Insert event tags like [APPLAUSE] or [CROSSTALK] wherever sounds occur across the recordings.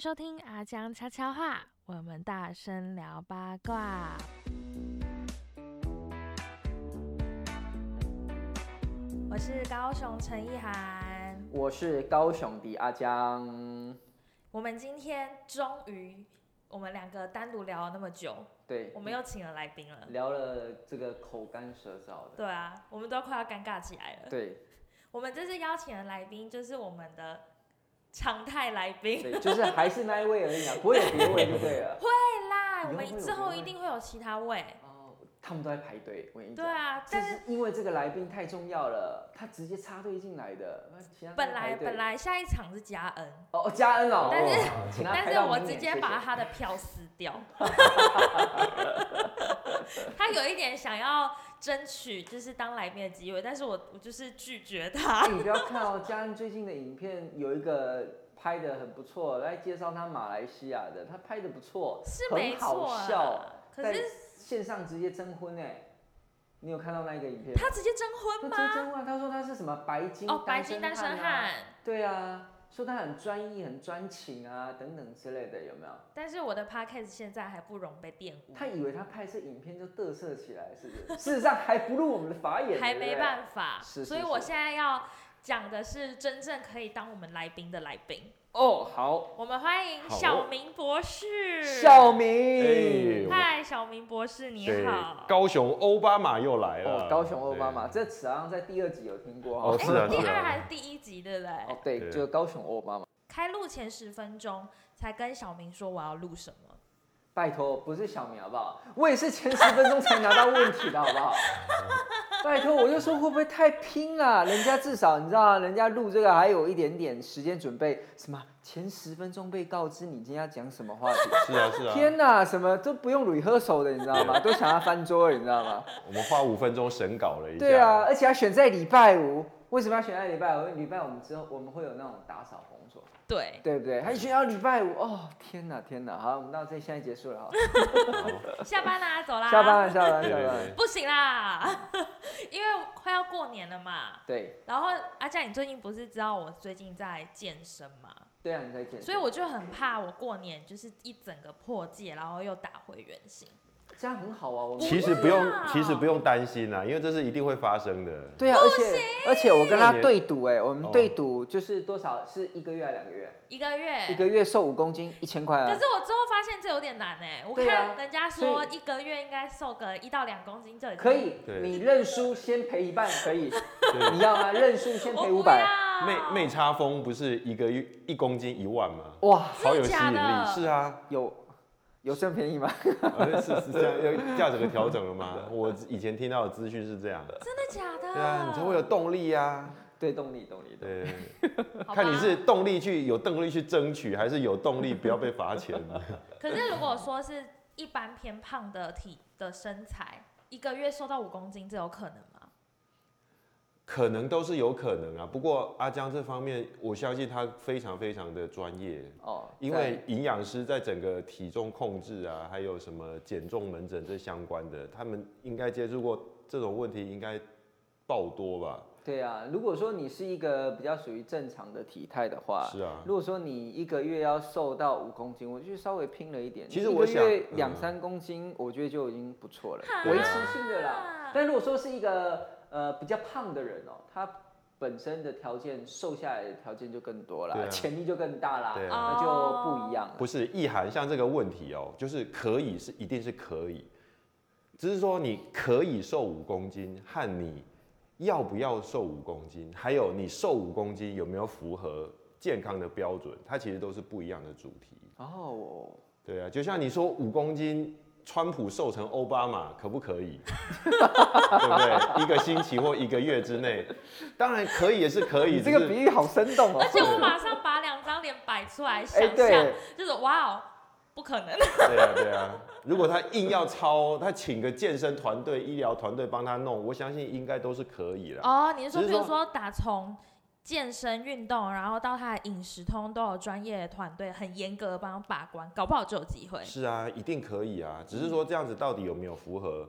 收听阿江悄悄话，我们大声聊八卦。我是高雄陈意涵，我是高雄的阿江，我们今天终于，我们两个单独聊了那么久，对，我们又请了来宾了。聊了这个口干舌燥的，对啊，我们都快要尴尬起来了。对我们这次邀请的来宾就是我们的常态来宾。对，就是还是那一位而已啊，不会有别位就 [LAUGHS] 对了。对啦，以后我会有们之别后位一定会有其他位。哦，他们都在排队，我跟你对讲，啊，这但是是因为这个来宾太重要了，他直接插队进来的，那其他都在本来排队本来下一场是嘉恩，哦，嘉恩哦，但是哦请他但排是到我明直年接谢把谢他的票撕 [LAUGHS] 掉。他有一点想要争取就是当来宾的机会，但是我我就是拒绝他。 [LAUGHS] 哎你不要看哦，嘉恩最近的影片有一个拍的很不错，来介绍他马来西亚的，他拍的不错，是没很错好啊笑，可是在线上直接征婚哎、你有看到那一个影片吗？他直接征婚他直吗？接征婚啊，他说他是什么白金哦，白金单单身身啊，汉。对啊，说他很专一、很专情啊等等之类的，有没有？但是我的 podcast 现在还不容被玷污，他以为他拍摄影片就得瑟起来，是不是？ [LAUGHS] 事实上还不入我们的法眼，还对不没对办法，是是所以我是现在要讲的是真正可以当我们来宾的来宾。哦，好，哦我们欢迎好小明博士。小明，哎嗨，小明博士，你对好。高雄奥巴马又来了。哦，高雄奥巴马，这词好像在第二集有听过哎哈。哦哎是啊第是啊二还是第一集，对不对？哦，对，对就是高雄奥巴马。开录前十分钟才跟小明说我要录什么，拜托，不是小明好不好？我也是前十分钟才拿到问题的好不 [LAUGHS] 好？拜托，我就说会不会太拼了？人家至少你知道啊，人家录这个还有一点点时间准备。什么前十分钟被告知你今天要讲什么话题？对。是啊是啊，天哪，什么都不用 rehearsal 的，你知道 [LAUGHS] 吗？都想要翻桌了，你知道吗？我们花五分钟审稿了一下。对啊，，而且还选在礼拜五。为什么要选在礼拜五？因为礼拜五我们之后我们会有那种打扫红所，对，对不对？还选到礼拜五，哦，天哪，天哪！好，我们到这里现在结束了哈，下班啦，走啦，下班了，下班了，对下对班了。对，不行啦， [LAUGHS] 因为快要过年了嘛。对然后阿佳，你最近不是知道我最近在健身吗？对啊，你在健身，所以我就很怕我过年就是一整个破戒，然后又打回原形。这样很好啊。我们其实不用不，要其实不用担心啦，因为这是一定会发生的。对哦啊，而且而且我跟他那你对赌哎、我们哦对赌就是多少是一个月还是两个月？一个月，一个月瘦五公斤，一千块可啊是。我之后发现这有点难哎、我对啊看人家所说以一个月应该瘦个一到两公斤就已经可，以，对你认输先赔一半可以，对你要吗？认输先我赔不五百，要妹妹差风不是一个月一公斤一万吗？哇，好有吸假引的力。是 [LAUGHS] 啊，有有这么便宜吗？ [LAUGHS] 呃是是这样，要价值的调整了吗？我以前听到的资讯是这样。真的假的？对啊，你才会有动力啊。对，动力动力动力。对，好吧看你是。动力去有动力去争取，还是有动力不要被罚钱。可是如果说是一般偏胖的体的身材，一个月瘦到五公斤，这有可能吗？可能都是有可能啊，不过阿江这方面，我相信他非常非常的专业，哦，因为营养师在整个体重控制啊，还有什么减重门诊这相关的，他们应该接触过这种问题，应该爆多吧？对啊，如果说你是一个比较属于正常的体态的话，是啊，如果说你一个月要瘦到五公斤，我就稍微拼了一点。其实一个我想月嗯两三公斤，我觉得就已经不错了哈，维持性的啦啊。但如果说是一个呃比较胖的人哦，他本身的条件瘦下来的条件就更多啦对，啊潜力就更大啦，对啊那就不一样了。不是意涵，像这个问题哦，就是可以是一定是可以，只是说你可以瘦五公斤和你要不要瘦五公斤，还有你瘦五公斤有没有符合健康的标准，它其实都是不一样的主题。哦，对啊，就像你说五公斤，川普瘦成奥巴马可不可以？ [LAUGHS] 对不对？一个星期或一个月之内，当然可以也是可以，你这只个是比喻好生动哦而。且我马上把两张脸摆出来，想哎，象、对，就是哇哦，不可能。对啊，对啊。如果他硬要超，他请个健身团队、医疗团队帮他弄，我相信应该都是可以啦。啊哦，你是说，只比是如说说打从健身运动，然后到他的饮食通都有专业的团队很严格的帮他把关，搞不好就有机会。是啊，一定可以啊。只是说这样子到底有没有符合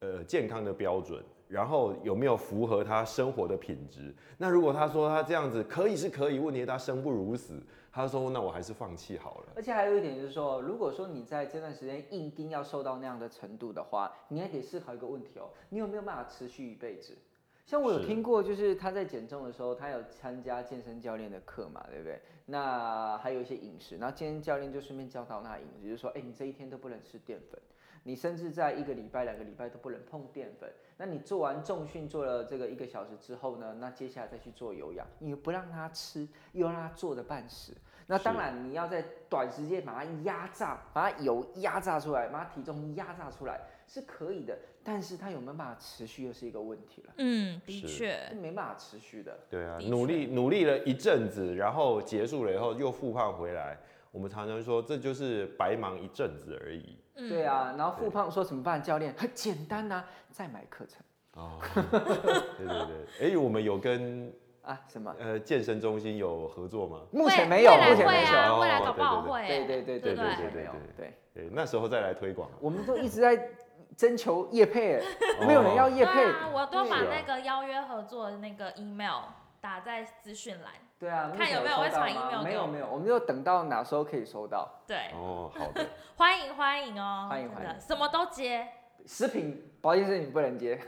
呃健康的标准，然后有没有符合他生活的品质？那如果他说他这样子可以是可以，问题是他生不如死，他就说那我还是放弃好了。而且还有一点就是说，如果说你在这段时间硬盯要瘦到那样的程度的话，你也得思考一个问题哦，你有没有办法持续一辈子？像我有是听过，就是他在减重的时候，他有参加健身教练的课嘛，对不对？那还有一些饮食，然后健身教练就顺便教导他饮食，就说，哎，你这一天都不能吃淀粉，你甚至在一个礼拜、两个礼拜都不能碰淀粉。那你做完重训做了这个一个小时之后呢，那接下来再去做有氧，你不让他吃，又让他坐着半死。那当是然，你要在短时间把它压榨，把它油压榨出来，把它体重压榨出来是可以的，但是它有没有办法持续又是一个问题了，嗯，的是确是，没办法持续的。对啊的，确努力努力了一阵子，然后结束了以后又复胖回来。我们常常说这就是白忙一阵子而已。嗯，对，啊，然后对复胖说怎么办？教练 [LAUGHS] 很简单呐、再买课程哦， [LAUGHS] 对对对，哎、我们有跟啊，什么？呃健身中心有合作吗？目前没有，未来目前会没有。啊，有未来哦搞不好会，对对对对对对不对没有对对对，对，那时候再来推广。啊我们都一直在征求叶配，哦没有人要叶对配。啊，我都把是啊那个邀约合作的那个 email 打在资讯栏，对啊，看目前有没有收会到传吗 email 没给我有没有，我们就等到哪时候可以收到。对，哦，好的，欢迎欢迎哦，欢迎真的欢迎什么都接，食品保健食品不能接，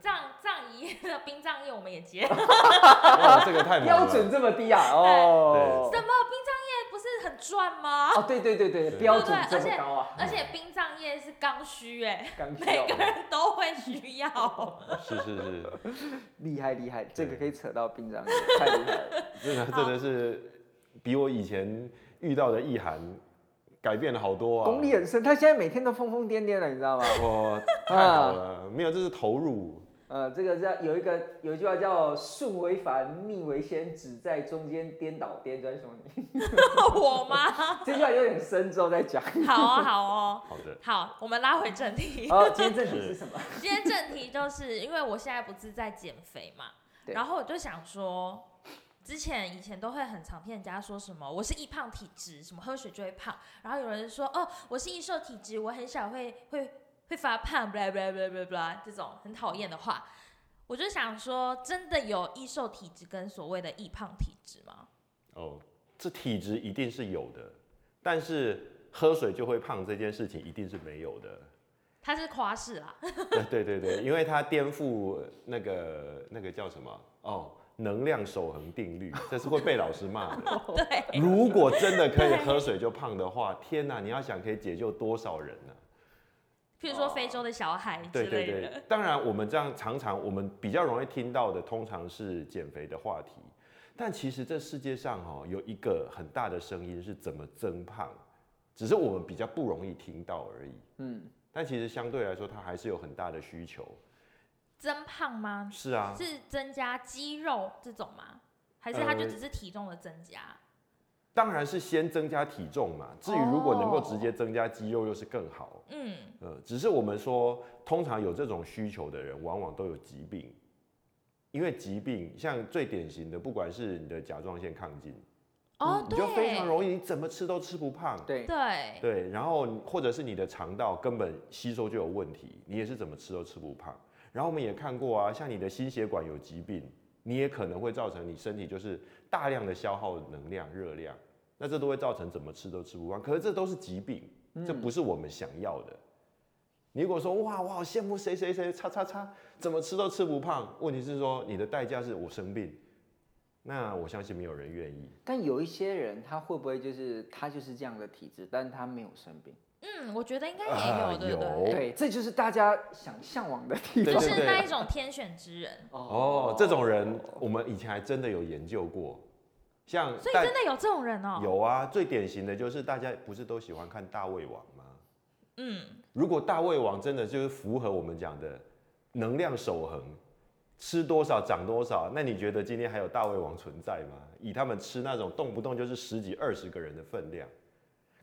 藏藏仪的殡葬业我们也 [LAUGHS] 接，什哇，这个太猛了标准这么低啊！哦，么殡葬业不是很赚吗？哦，对对对对，对标准这么高啊，而且殡葬业是刚需哎、刚需每要个人 [LAUGHS] 都会需 [LAUGHS] 要。是是是，厉害厉害，这个可以扯到殡葬业，太厉害了。真的真的是比我以前遇到的意涵改变了好多啊。功力很深，他现在每天都疯疯癫癫的，你知道吗？哇，太好了，没有，这是投入，呃，这个叫有一个有一句话叫“顺为凡，逆为先，只在中间颠倒颠砖熊泥我吗？”，这句话有点深，之后再讲。好哦，好哦，好的，好，我们拉回正题。好，哦今天正题是什么？今天正题就是因为我现在不是在减肥嘛，对然后我就想说，之前以前都会很常听人家说什么我是易胖体质，什么喝水就会胖，然后有人说哦我是易瘦体质，我很少会会会发胖，blah blah blah blah blah 这种很讨厌的话，我就想说，真的有易瘦体质跟所谓的易胖体质吗？哦，这体质一定是有的，但是喝水就会胖这件事情一定是没有的。它是夸饰啦，对 [LAUGHS] 对对对，因为它颠覆那个那个叫什么哦，能量守恒定律，这是会被老师骂的。 [LAUGHS] 对，啊如果真的可以喝水就胖的话，天哪，你要想可以解救多少人呢、譬如说非洲的小孩之哦对对类的，对，当然我们这样常常我们比较容易听到的，通常是减肥的话题，但其实这世界上哦有一个很大的声音是怎么增胖，只是我们比较不容易听到而已。嗯，但其实相对来说，它还是有很大的需求。增胖吗？是啊，是增加肌肉这种吗？还是它就呃只是体重的增加？当然是先增加体重嘛。至于如果能够直接增加肌肉，又是更好。嗯，呃，只是我们说，通常有这种需求的人，往往都有疾病，因为疾病像最典型的，不管是你的甲状腺亢进，哦，嗯你对，就非常容易，你怎么吃都吃不胖。对，对，对，然后你或者是你的肠道根本吸收就有问题，你也是怎么吃都吃不胖。然后我们也看过啊，像你的心血管有疾病，你也可能会造成你身体就是大量的消耗能量、热量，那这都会造成怎么吃都吃不胖。可是这都是疾病，这不是我们想要的。你如果说哇，我好羡慕谁谁谁，叉叉叉，怎么吃都吃不胖，问题是说你的代价是我生病，那我相信没有人愿意。但有一些人他会不会就是他就是这样的体质，但他没有生病？嗯，我觉得应该也啊有，对不有对？对，这就是大家想向往的地对方。就对是对那一种天选之人，哦，这种人我们以前还真的有研究过，像所以大真的有这种人哦。有啊，最典型的就是大家不是都喜欢看大胃王吗？嗯，如果大胃王真的就是符合我们讲的能量守恒，吃多少长多少，那你觉得今天还有大胃王存在吗？以他们吃那种动不动就是十几二十个人的分量，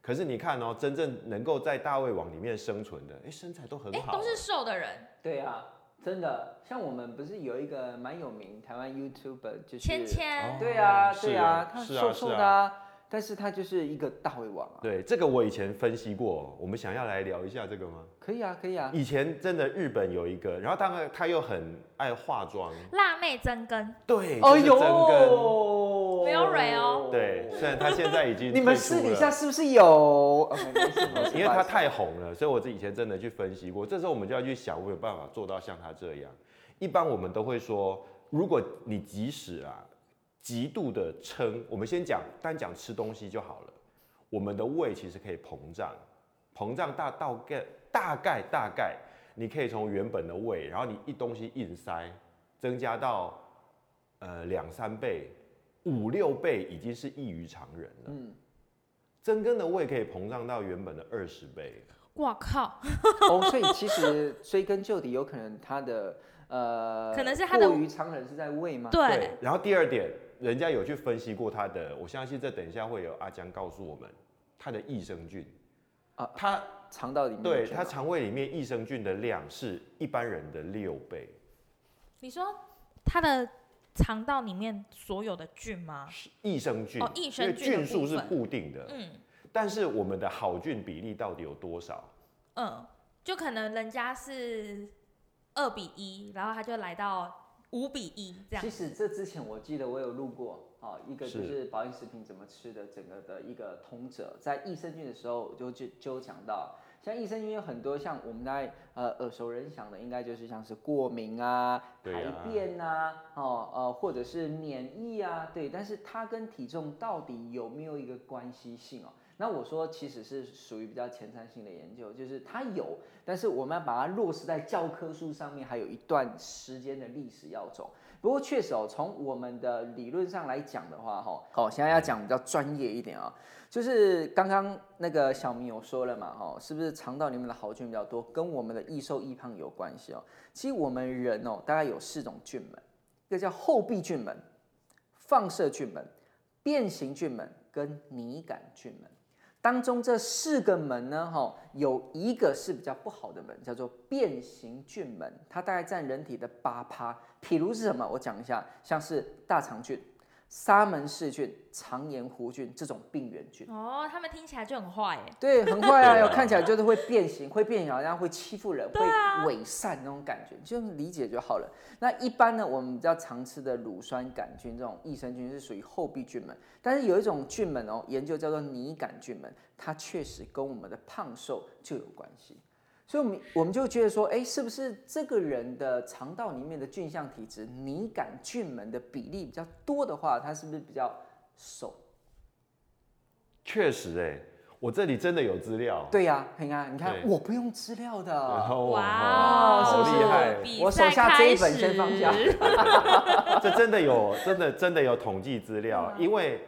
可是你看哦，真正能够在大胃王里面生存的，哎、身材都很哎，好、都是瘦的人，对啊，真的，像我们不是有一个蛮有名台湾 YouTuber，就是芊芊，哦对啊，是对啊，他是啊瘦是瘦的啊啊，但是它就是一个大胃王啊。对，这个我以前分析过，哦我们想要来聊一下这个吗？可以啊，可以啊。以前真的日本有一个，然后当然他又很爱化妆，辣妹增根，对，哎就是呦真根，，没有蕊哦对，虽然他现在已经你们退出私底了下是不是有？OK，没事没事 [LAUGHS] 因为不他好意思太红了，所以我自己以前真的去分析过。这时候我们就要去想，我有办法做到像他这样。一般我们都会说，如果你即使啊极度的撑，我们先讲单讲吃东西就好了。我们的胃其实可以膨胀，膨胀大到概大概大概，你可以从原本的胃，然后你一东西硬塞，增加到呃两三倍、五六倍，已经是异于常人了。嗯，增根的胃可以膨胀到原本的二十倍。哇啊靠， [LAUGHS] 哦，所以其实追根究底，有可能他的呃，可能是他的过于常人是在胃吗？对，然后第二点，人家有去分析过他的，我相信这等一下会有阿江告诉我们他的益生菌啊他肠道里面对去他吗肠胃里面益生菌的量是一般人的六倍，你说他的肠道里面所有的菌啊吗？是益生菌，哦益生因为菌的菌数部是分固定的，嗯但是我们的好菌比例到底有多少？嗯，就可能人家是二比一，然后他就来到五比一这样其。实这之前我记得我有录过啊、一个就是是保健食品怎么吃的整个的一个通则，在益生菌的时候我就就就有讲到，像益生菌有很多像我们在呃耳熟能详的，应该就是像是过敏啊、对排啊便啊，哦呃或者是免疫啊，对，但是它跟体重到底有没有一个关系性哦？那我说其实是属于比较前瞻性的研究，就是它有，但是我们要把它落实在教科书上面，还有一段时间的历史要走。不过确实哦，从我们的理论上来讲的话，哈，好，现在要讲比较专业一点啊、就是刚刚那个小明有说了嘛，哈，是不是肠道里面的好菌比较多，跟我们的易瘦易胖有关系哦？其实我们人哦，大概有四种菌门，一个叫后壁菌门、放射菌门、变形菌门跟拟杆菌门。当中这四个门呢，哈，有一个是比较不好的门，叫做变形菌门，它大概占人体的八趴。譬如是什么？我讲一下，像是大肠菌、沙门氏菌、肠炎弧菌这种病原菌。哦，他们听起来就很坏耶。对，很坏啊，对啊有看起来就是会变形，会变形，好像会欺负人，会伪善那种感觉，就理解就好了。那一般呢，我们比较常吃的乳酸杆菌这种益生菌是属于后壁菌门，但是有一种菌门哦，研究叫做拟杆菌门，它确实跟我们的胖瘦就有关系。所以，我们我们就觉得说，哎，是不是这个人的肠道里面的菌相体质拟杆菌门的比例比较多的话，他是不是比较瘦？确实、哎，我这里真的有资料。对呀、你看，你看，对我不用资料的。 [LAUGHS] 然后哇哦是好不是厉害！比我手赛下这一开本先始放下 [LAUGHS] 这真的有，真的真的有统计资料，因为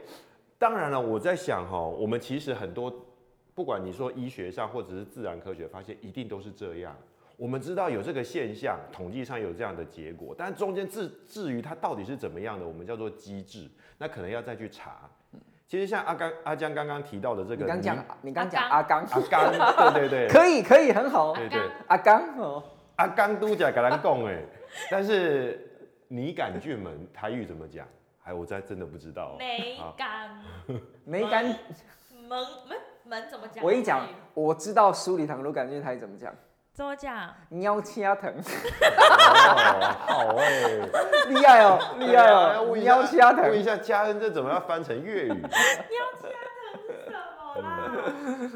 当然了，我在想哈，我们其实很多，不管你说医学上或者是自然科学，发现一定都是这样。我们知道有这个现象，统计上有这样的结果，但中间至至于它到底是怎么样的，我们叫做机制，那可能要再去查。其实像阿刚阿江刚刚提到的这你个，刚讲你，你刚讲嗯阿刚，阿刚，[LAUGHS] 对对对，可以可以，很好。对对，阿刚哦，阿刚都假跟咱 [LAUGHS] 讲哎，但是你杆菌们台语怎么讲？哎，我真真的不知道、哦。没好敢没敢。门门门怎么讲？我一讲，我知道书里糖如感觉台怎么讲，怎么讲？喵掐疼，哦好哎、 [LAUGHS] 厉害哦，厉害哦，问一喵下掐问一疼。下嘉恩，这怎么要翻成粤语？什么啦？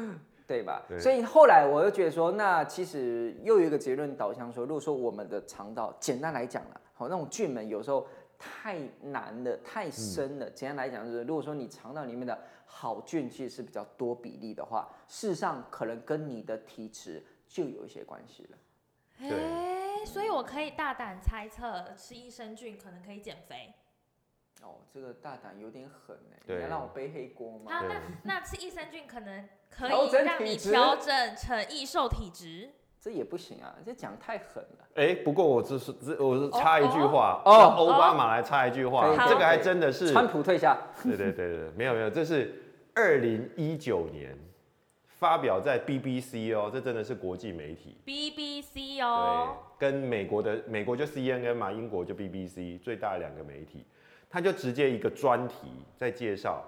对吧？对所以后来我就觉得说，那其实又有一个结论导向说，如果说我们的肠道，简单来讲啦，好那种菌门有时候太难了、嗯太深了。简单来讲就是，如果说你肠道里面的好菌其实是比较多比例的话，事实上可能跟你的体质就有一些关系了。哎、对所以我可以大胆猜测，吃益生菌可能可以减肥。哦，这个大胆有点狠哎、对你要让我背黑锅吗？那对那那吃益生菌可能可调以整让你体质调整成易瘦体质。这也不行啊，这讲太狠了。 [LAUGHS] 哎、不过我只是只我插一句话，哦哦让奥巴马来插一句话，可以这个还真的是，川普退下，对对对对，没有没有，这是二零一九年发表在 BBC 哦，这真的是国际媒体。 BBC 对哦，，跟美国的美国就 CNN 嘛，英国就 BBC，最大的两个媒体，他就直接一个专题在介绍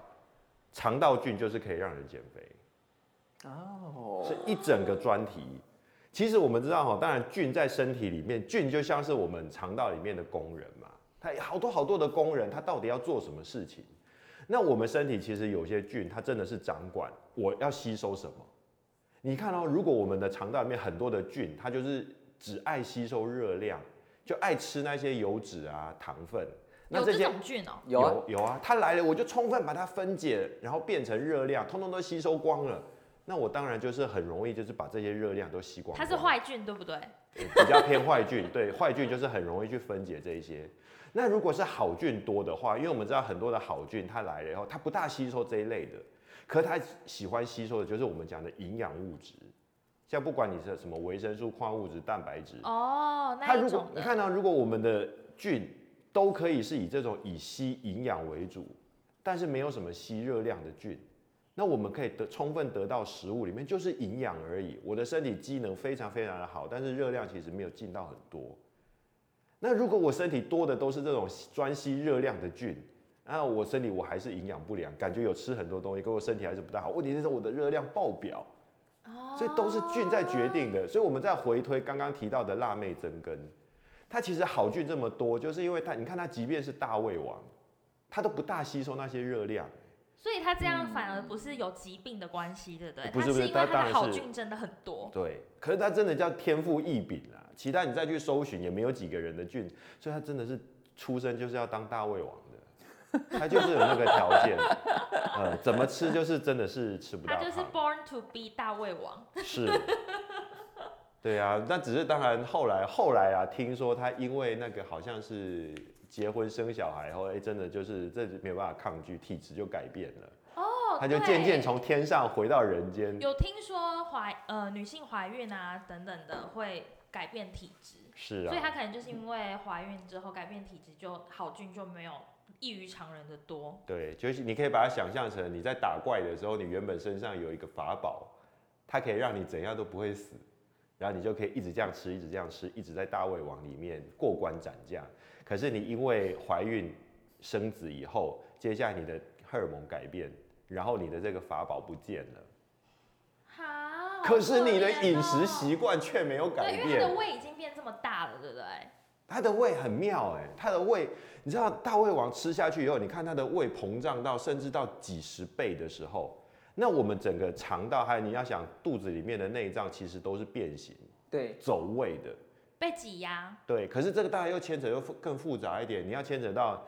肠道菌就是可以让人减肥，哦是，一整个专题。其实我们知道哈，当然菌在身体里面，菌就像是我们肠道里面的工人嘛，它有好多好多的工人，他到底要做什么事情？那我们身体其实有些菌，它真的是掌管我要吸收什么。你看哦，如果我们的肠道里面很多的菌，它就是只爱吸收热量，就爱吃那些油脂啊、糖分。那有这这些种菌哦、有啊，有啊，它来了我就充分把它分解，然后变成热量，通通都吸收光了。那我当然就是很容易就是把这些热量都吸光光。它是 [LAUGHS] 坏菌对不对？比较偏坏菌，对，坏菌就是很容易去分解这一些。那如果是好菌多的话，因为我们知道很多的好菌它来了以后，它不大吸收这一类的，可它喜欢吸收的就是我们讲的营养物质，像不管你是什么维生素、矿物质、蛋白质，哦，它那如一果种你的看到，如果我们的菌都可以是以这种以吸营养为主，但是没有什么吸热量的菌，那我们可以得充分得到食物里面就是营养而已。我的身体机能非常非常的好，但是热量其实没有进到很多。那如果我身体多的都是这种专吸热量的菌，那我身体我还是营养不良，感觉有吃很多东西，可我身体还是不大好。问题是我的热量爆表，所以都是菌在决定的。所以我们再回推刚刚提到的辣妹增根，它其实好菌这么多，就是因为它，你看它即便是大胃王，它都不大吸收那些热量。所以它这样反而不是有疾病的关系，对不对？嗯不是它不是因它为当它然的好是菌真的很多，对，可是它真的叫天赋异禀啊！其他你再去搜寻，也没有几个人的菌，所以它真的是出生就是要当大胃王 [LAUGHS] 的，它就是有那个条件。呃，怎么吃就是真的是吃不到它胖。就是 born to be 大胃王。 [LAUGHS] 是，对啊，那只是当然后来后来啊，听说他因为那个好像是结婚生小孩后，哎、真的就是这没有办法抗拒，体质就改变了，哦，他就渐渐对从天上回到人间。有听说怀呃女性怀孕啊等等的会改变体质，是所以啊，她可能就是因为怀孕之后改变体质就，好菌就没有异于常人的多。对，就是你可以把它想象成你在打怪的时候，你原本身上有一个法宝，它可以让你怎样都不会死，然后你就可以一直这样吃，一直这样吃，一直在大胃王里面过关斩将。可是你因为怀孕生子以后，接下来你的荷尔蒙改变，然后你的这个法宝不见了，哈，可是你的饮食惯习惯却没有改哦对，因为她变的。胃已经变这么大了，对不对？他的胃很妙哎、他的胃，你知道大胃王吃下去以后，你看他的胃膨胀到甚至到几十倍的时候，那我们整个肠道还有你要想肚子里面的内脏其实都是变形对，走位的，被挤压，对。可是这个当然又牵扯又复更复杂一点，你要牵扯到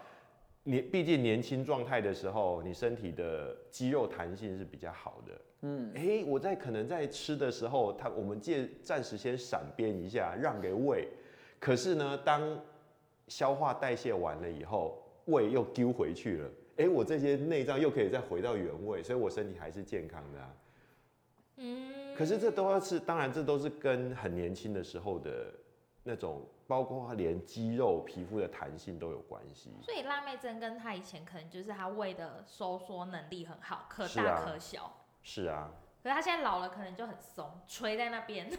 你毕竟年轻状态的时候，你身体的肌肉弹性是比较好的，嗯，诶，我在可能在吃的时候，它我们借暂时先闪边一下，让给胃。可是呢，当消化代谢完了以后，胃又丢回去了。诶，我这些内脏又可以再回到原位，所以我身体还是健康的啊。嗯。可是这都要是，当然这都是跟很年轻的时候的那种，包括连肌肉、皮肤的弹性都有关系。所以辣妹真跟她以前可能就是她胃的收缩能力很好，可是啊大可小，是啊，可是她现在老了，可能就很松，垂在那边，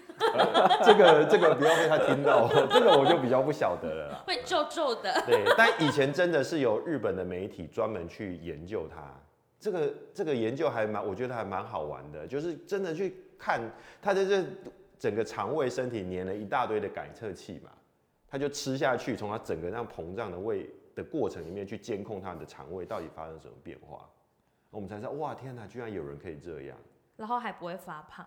这个这个不要被他听到，这个我就比较不晓得了啦。会皱皱的。 [LAUGHS] 对，但以前真的是有日本的媒体专门去研究它，这个这个研究还蛮，我觉得还蛮好玩的，就是真的去看它在这整个肠胃身体粘了一大堆的感测器嘛，它就吃下去，从它整个那样膨胀的胃的过程里面去监控它的肠胃到底发生什么变化，我们才知道哇天哪，居然有人可以这样，然后还不会发胖，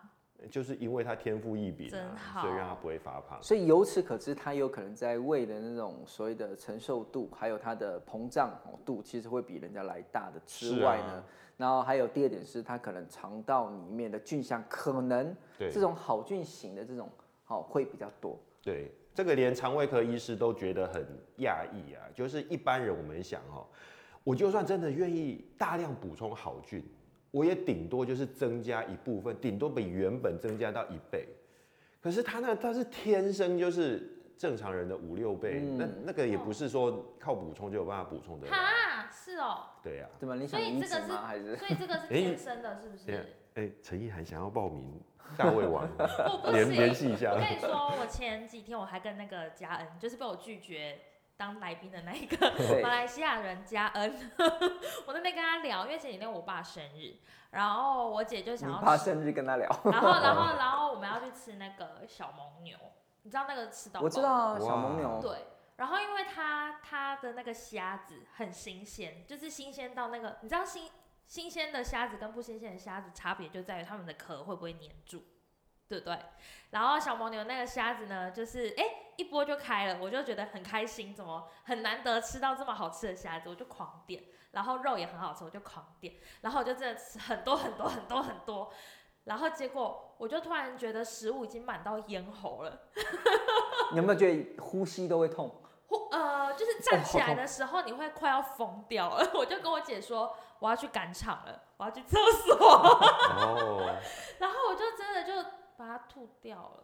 就是因为它天赋异禀真啊，好所以让它不会发胖。所以由此可知，它有可能在胃的那种所谓的承受度，还有它的膨胀哦度，其实会比人家来大的之是啊外呢，然后还有第二点是，它可能肠道里面的菌相可能对这种好菌型的这种好、会比较多。对，这个连肠胃科医师都觉得很讶异啊。就是一般人我们想哦，我就算真的愿意大量补充好菌，我也顶多就是增加一部分，顶多比原本增加到一倍。可是他那他是天生就是正常人的五六倍，嗯那那个也不是说靠补充就有办法补充的。哈，是哦，对呀、啊，对吗？你所想以移这植个是吗？还是所以这个是天生的，是不是？哎哎，陈意涵想要报名大胃王，我不联联行，系一下我。跟你说，我前几天我还跟那个嘉恩，就是被我拒绝当来宾的那一个对马，来西亚人嘉恩， [LAUGHS] 我那边跟他聊，因为前几天我爸生日，然后我姐就你想要怕吃生日跟他聊，然后，然后，然后我们要去吃那个小蒙牛，你知道那个吃到我知饱道啊，哇小蒙牛，对，然后因为它它的那个虾子很新鲜，就是新鲜到那个，你知道新新鲜的虾子跟不新鲜的虾子差别就在于它们的壳会不会粘住，对不对？然后小蒙牛那个虾子呢，就是哎、一剥就开了，我就觉得很开心，怎么很难得吃到这么好吃的虾子，我就狂点，然后肉也很好吃，我就狂点，然后我就真的吃很多很多很多很多。然后结果，我就突然觉得食物已经满到咽喉了，你有没有觉得呼吸都会痛？或呃，就是站起来的时候，你会快要疯掉了。 [LAUGHS] 我就跟我姐说，我要去赶场了，我要去厕所，哦， [LAUGHS] 然后我就真的就把它吐掉了，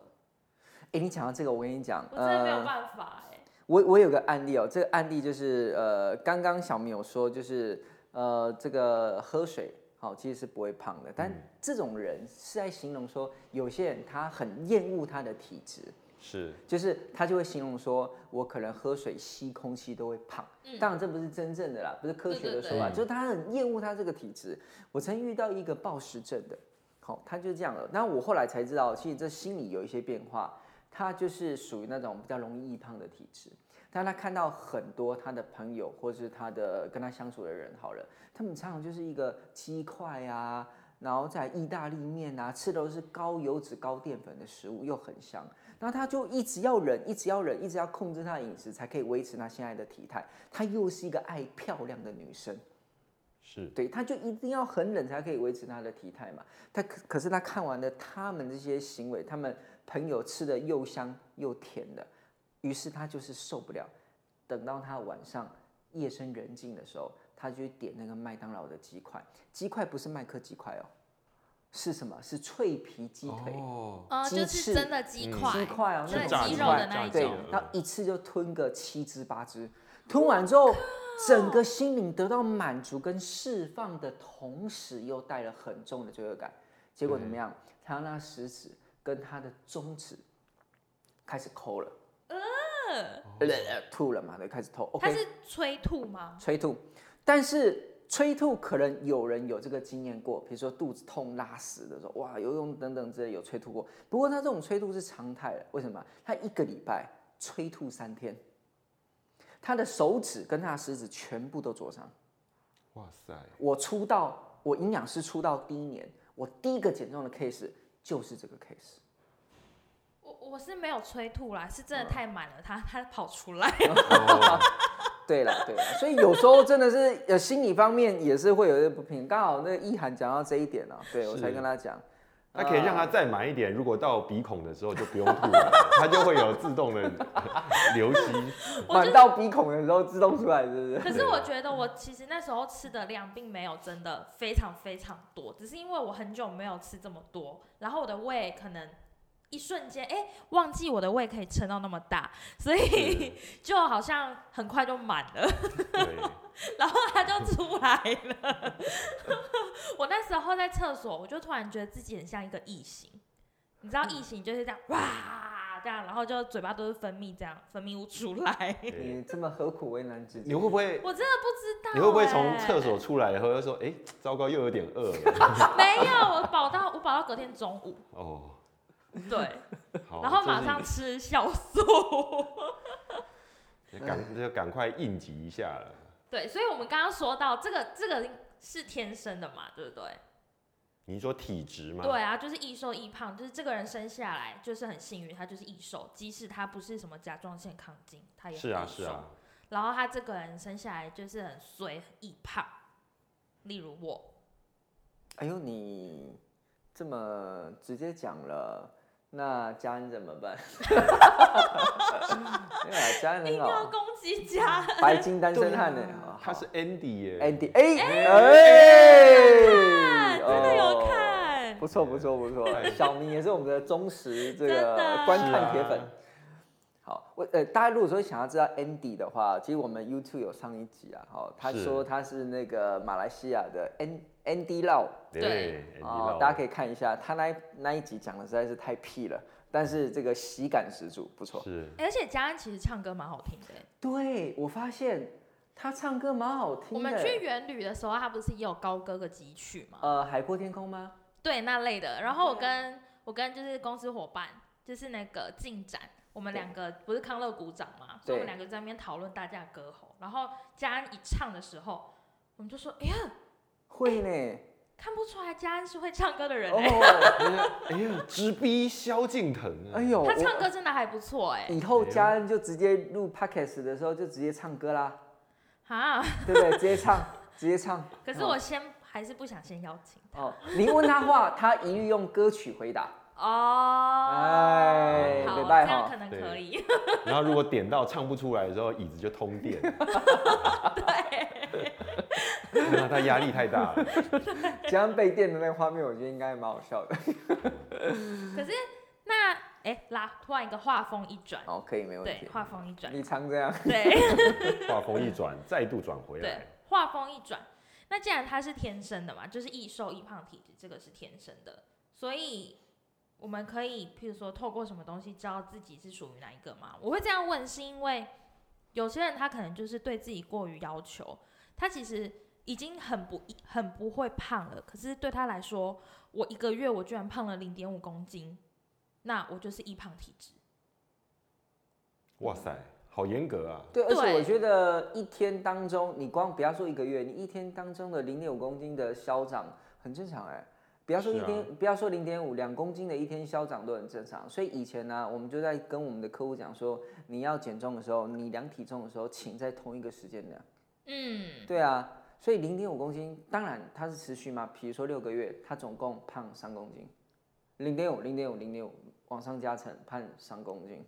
哎，你讲到这个，我跟你讲，我真的呃没有办法哎、我我有个案例哦，这个案例就是呃，刚刚小明有说，就是呃，这个喝水好、其实是不会胖的，但嗯这种人是在形容说，有些人他很厌恶他的体质，是就是他就会形容说，我可能喝水、吸空气都会胖。嗯当然这不是真正的啦，不是科学的说法，对对对就是他很厌恶他这个体质。我曾遇到一个暴食症的，好、他就这样了。那我后来才知道，其实这心理有一些变化，他就是属于那种比较容易易胖的体质。但他看到很多他的朋友或是他的跟他相处的人，好了，他们常常就是一个鸡块啊，然后在意大利面啊，吃的都是高油脂、高淀粉的食物，又很香。然后他就一直要忍，一直要忍，一直要控制他的饮食，才可以维持他现在的体态。她又是一个爱漂亮的女生，是，对，她就一定要很冷才可以维持她的体态嘛。她可可是她看完了他们这些行为，他们朋友吃的又香又甜的，于是她就是受不了。等到她晚上夜深人静的时候，她就去点那个麦当劳的鸡块，鸡块不是麦克鸡块哦，是什么？是脆皮鸡腿。哦，呃，就鸡是翅真的鸡嗯块，鸡块啊，对那是种炸鸡鸡肉块的那一对种，然后一次就吞个七只八只，吞完之后，整个心灵得到满足跟释放的同时，又带了很重的罪恶感。结果怎么样？他用他的食指跟他的中指开始抠了，呃，吐了嘛，对，开始吐。它 OK，是催吐吗？催吐，但是催吐可能有人有这个经验过，比如说肚子痛、拉屎的时候，哇，游泳等等之类有催吐过。不过他这种催吐是常态的，为什么？他一个礼拜催吐三天，他的手指跟他的食指全部都灼伤。哇塞，我出道，我营养师出道第一年，我第一个减重的 case 就是这个 case。 [LAUGHS] 我我是没有催吐啦，是真的太满了，它它跑出来。哦对了，对了，所以有时候真的是呃心理方面也是会有一些不平。刚好那个意涵讲到这一点呢、对我是才跟他讲。那可以让它再满一点，如果到鼻孔的时候就不用吐 [LAUGHS] 了，它就会有自动的流吸。我满就到鼻孔的时候自动出来，是不是？可是我觉得我其实那时候吃的量并没有真的非常非常多，只是因为我很久没有吃这么多，然后我的胃可能一瞬间哎、诶忘记我的胃可以撑到那么大， [LAUGHS] 所以就好像很快就满了， [LAUGHS] 对，然后它就出来了。我那时候在厕所，我就突然觉得自己很像一个异形，你知道异形就是这样哇这样，然后就嘴巴都是分泌这样分泌物出来。 [LAUGHS] 对你这么何苦为难自己你？会不会？我真的不知道、欸你会不会从诶厕所出来以后又说，哎、糟糕，又有点饿 [LAUGHS] 了？没有，我保到我保到隔天中 [LAUGHS] 午，哦，对，好，然后马这上是吃酵素，赶就赶快应急一下了。 [LAUGHS] 对，所以我们刚刚说到这个这个是天生的嘛，对不对？你说体质吗？对啊，就是易瘦易胖，就是这个人生下来就是很幸运，他就是易瘦，即使他不是什么甲状腺亢进，他也是啊很易是瘦啊，然后他这个人生下来就是很衰很易胖，例如我，哎呦，你这么直接讲了，那家人怎么办？ [LAUGHS] 没有啊，家人哎硬要很好，哎攻击家，哦白金单身汉呢哦对啊？他是 Andy 耶、 Andy，哎看哎，真的有哦。看，不错不错不错，哎小明也是我们的忠实这真个的观是啊看铁粉。好，我呃，大家如果说想要知道 Andy 的话，其实我们 YouTube 有上一集啊，好、他是说他是那个马来西亚的 N Andy Lau 对对，Andy 啊、 Lau 大家可以看一下，他那一那一集讲的实在是太屁了，但是这个喜感十足，不错。是而且佳恩其实唱歌蛮好听的欸。对我发现他唱歌蛮好听的。我们去远旅的时候，他不是也有高歌个几曲吗？呃海阔天空吗？对那类的。然后我啊跟、我跟就是公司伙伴，就是那个进展，我们两个不是康乐鼓掌嘛，所以我们对两个在那边讨论大家的歌喉。然后佳安一唱的时候，我们就说：“哎呀，会呢。看不出来佳安是会唱歌的人、欸，哦，哎呀，直逼萧敬腾啊！哎呦，他我唱歌真的还不错哎、以后家人就直接录 podcast 的时候就直接唱歌啦，啊！对不对？直接唱，直接唱。可是我先还是不想先邀请哦，您问他话，他一律用歌曲回答。哦。哎好，没这办样法可能可以。然后如果点到唱不出来的时候，椅子就通电。 [LAUGHS] 对， [LAUGHS] 那他压力太大了。家人被电的那个画面，我觉得应该蛮好 [LAUGHS] 笑的。可是 [LAUGHS] 那哎啦，突然一个话锋一转，哦，可以，没问对，题。话锋一 [LAUGHS] 转，你常这样，对话锋一转，再度转回对来。，话锋一转。那既然他是天生的嘛，就是易瘦易胖体质，这个是天生的，所以我们可以譬如说透过什么东西知道自己是属于哪一个吗？我会这样问，是因为有些人他可能就是对自己过于要求，他其实已经很不很不会胖了，可是对他来说，我一个月我居然胖了零点五公斤，那我就是易胖体质。哇塞，好严格啊！对，而且对我觉得一天当中，你光不要说一个月，你一天当中的零点五公斤的消长很正常哎、不要说一是啊天，不要说零点五，两公斤的一天消长都很正常。所以以前呢、我们就在跟我们的客户讲说，你要减重的时候，你量体重的时候，请在同一个时间量。嗯，对啊，所以零点五公斤，当然它是持续嘛，比如说六个月，它总共胖三公斤，零点五、零点五、零点五往上加成，胖三公斤。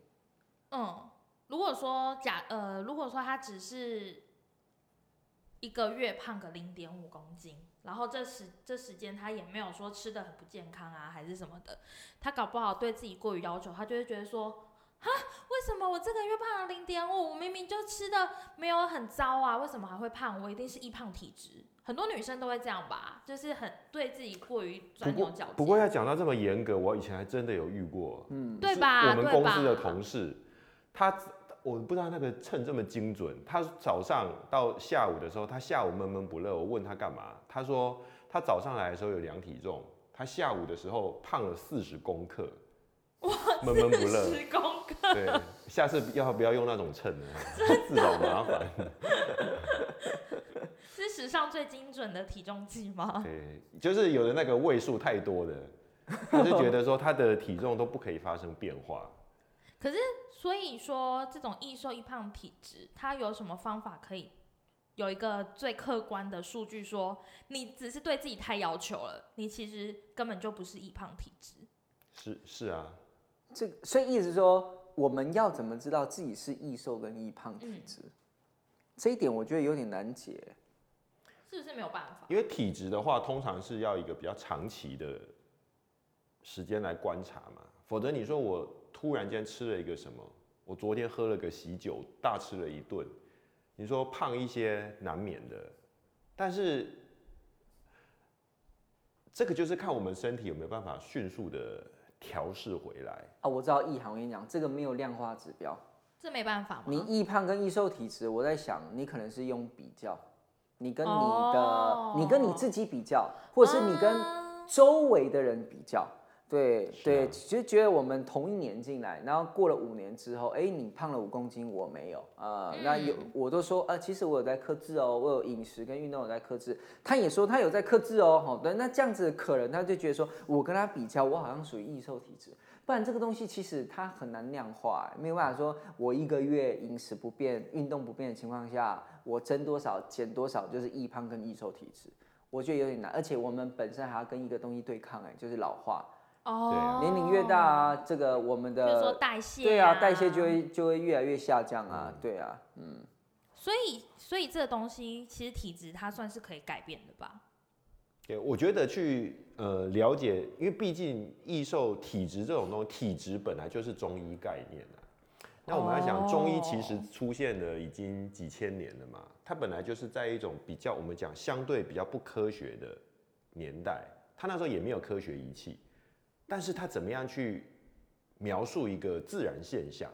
嗯，如果说假呃，如果说他只是一个月胖个零点五公斤，然后这时这时间他也没有说吃的很不健康啊，还是什么的，他搞不好对自己过于要求，他就会觉得说，哈，为什么我这个月胖了零点五，我明明就吃的没有很糟啊，为什么还会胖？我一定是易胖体质。很多女生都会这样吧，就是很对自己过于不钻牛过角尖，不 [LAUGHS] 过要讲到这么严格，我以前还真的有遇过。嗯，对是吧？我们对公吧司的同事，他我不知道那个秤这么精准。他早上到下午的时候，他下午闷闷不乐。我问他干嘛，他说他早上来的时候有量体重，他下午的时候胖了四十公 [LAUGHS] 克。闷闷不乐。十公克，对，下次要不要用那种秤呢？ [LAUGHS] 自找麻烦。是史上最精准的体重计吗？对，就是有的那个位数太多的，他就觉得说他的体重都不可以发生变化。所以说，这种易瘦易胖体质，它有什么方法可以有一个最客观的数据说，你只是对自己太要求了，你其实根本就不是易胖体质。是是啊，这个所以意思是说，我们要怎么知道自己是易瘦跟易胖体质？嗯这一点我觉得有点难解。是不是没有办法？因为体质的话，通常是要一个比较长期的时间来观察嘛，否则你说我突然间吃了一个什么，我昨天喝了个喜酒，大吃了一顿，你说胖一些难免的，但是这个就是看我们身体有没有办法迅速的调试回来。啊，我知道易行，我跟你讲，这个没有量化指标。这没办法吗？你易胖跟易瘦体质，我在想，你可能是用比较，你跟你的，哦你跟你自己比较，或是你跟啊周围的人比较。对是啊对，其实觉得我们同一年进来，然后过了五年之后，哎，你胖了五公斤，我没有啊、呃那有嗯我都说，呃，其实我有在克制哦，我有饮食跟运动有在克制。他也说他有在克制哦，好、对，那这样子可能他就觉得说，我跟他比较，我好像属于易瘦体质。不然这个东西其实它很难量化，没有办法说我一个月饮食不变、运动不变的情况下，我增多少、减多少就是易胖跟易瘦体质。我觉得有点难，而且我们本身还要跟一个东西对抗、哎，就是老化，哦，年龄越大啊，这个我们就是说的代谢、对啊代谢就会就会越来越下降嗯啊，对啊，所以所以这个东西其实体质它算是可以改变的吧？对，我觉得去呃了解，因为毕竟易瘦体质这种东西，体质本来就是中医概念啊。那我们要想，中医其实出现了已经几千年了嘛，它本来就是在一种比较我们讲相对比较不科学的年代，它那时候也没有科学仪器，但是它怎么样去描述一个自然现象，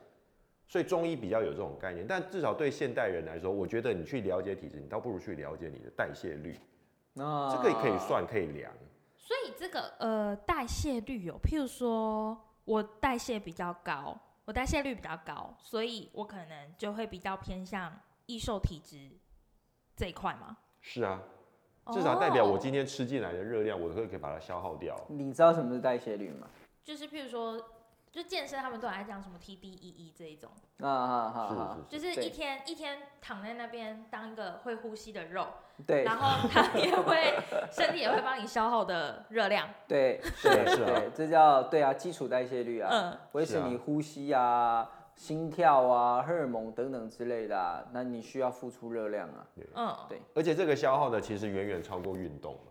所以中医比较有这种概念。但至少对现代人来说，我觉得你去了解体质，你倒不如去了解你的代谢率，那这个可以算可以量。所以这个呃代谢率有，譬如说我代谢比较高，我代谢率比较高，所以我可能就会比较偏向易瘦体质这一块嘛。是啊，至少代表我哦今天吃进来的热量，我会可以把它消耗掉。你知道什么是代谢率吗？就是譬如说，就健身他们都爱讲什么 TDEE E 这一种，啊啊啊是啊！是是。就是对一天一天躺在那边当一个会呼吸的肉，对然后它也会身体也会帮你消耗的热量。对是啊是啊对，这叫对啊，基础代谢率啊，嗯维持是啊你呼吸啊、心跳啊、荷尔蒙等等之类的、啊，那你需要付出热量啊。嗯，而且这个消耗的其实远远超过运动嘛。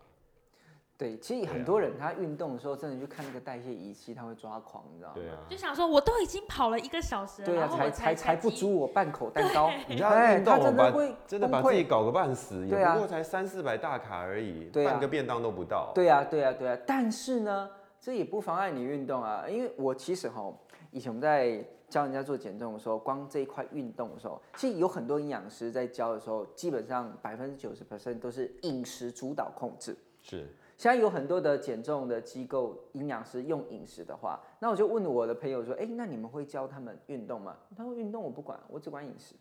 对，其实对啊很多人他运动的时候，真的去看那个代谢仪器，他会抓狂，你知道吗？对啊，就想说我都已经跑了一个小时了，对啊，然后我才才才不肌足我半口蛋糕，你知道哎运动他真我的把会真的崩溃把啊自己搞个半死，对也啊不过才三四百大卡而已，对啊半个便当都不到。对啊，对啊，对啊，但是呢，这也不妨碍你运动啊，因为我其实哈，以前我们在教人家做减重的时候，光这一块运动的时候，其实有很多营养师在教的时候，基本上百分之九十 percent 都是饮食主导控制。是现在有很多的减重的机构营养师用饮食的话，那我就问我的朋友说，哎，那你们会教他们运动吗？他说运动我不管，我只管饮食。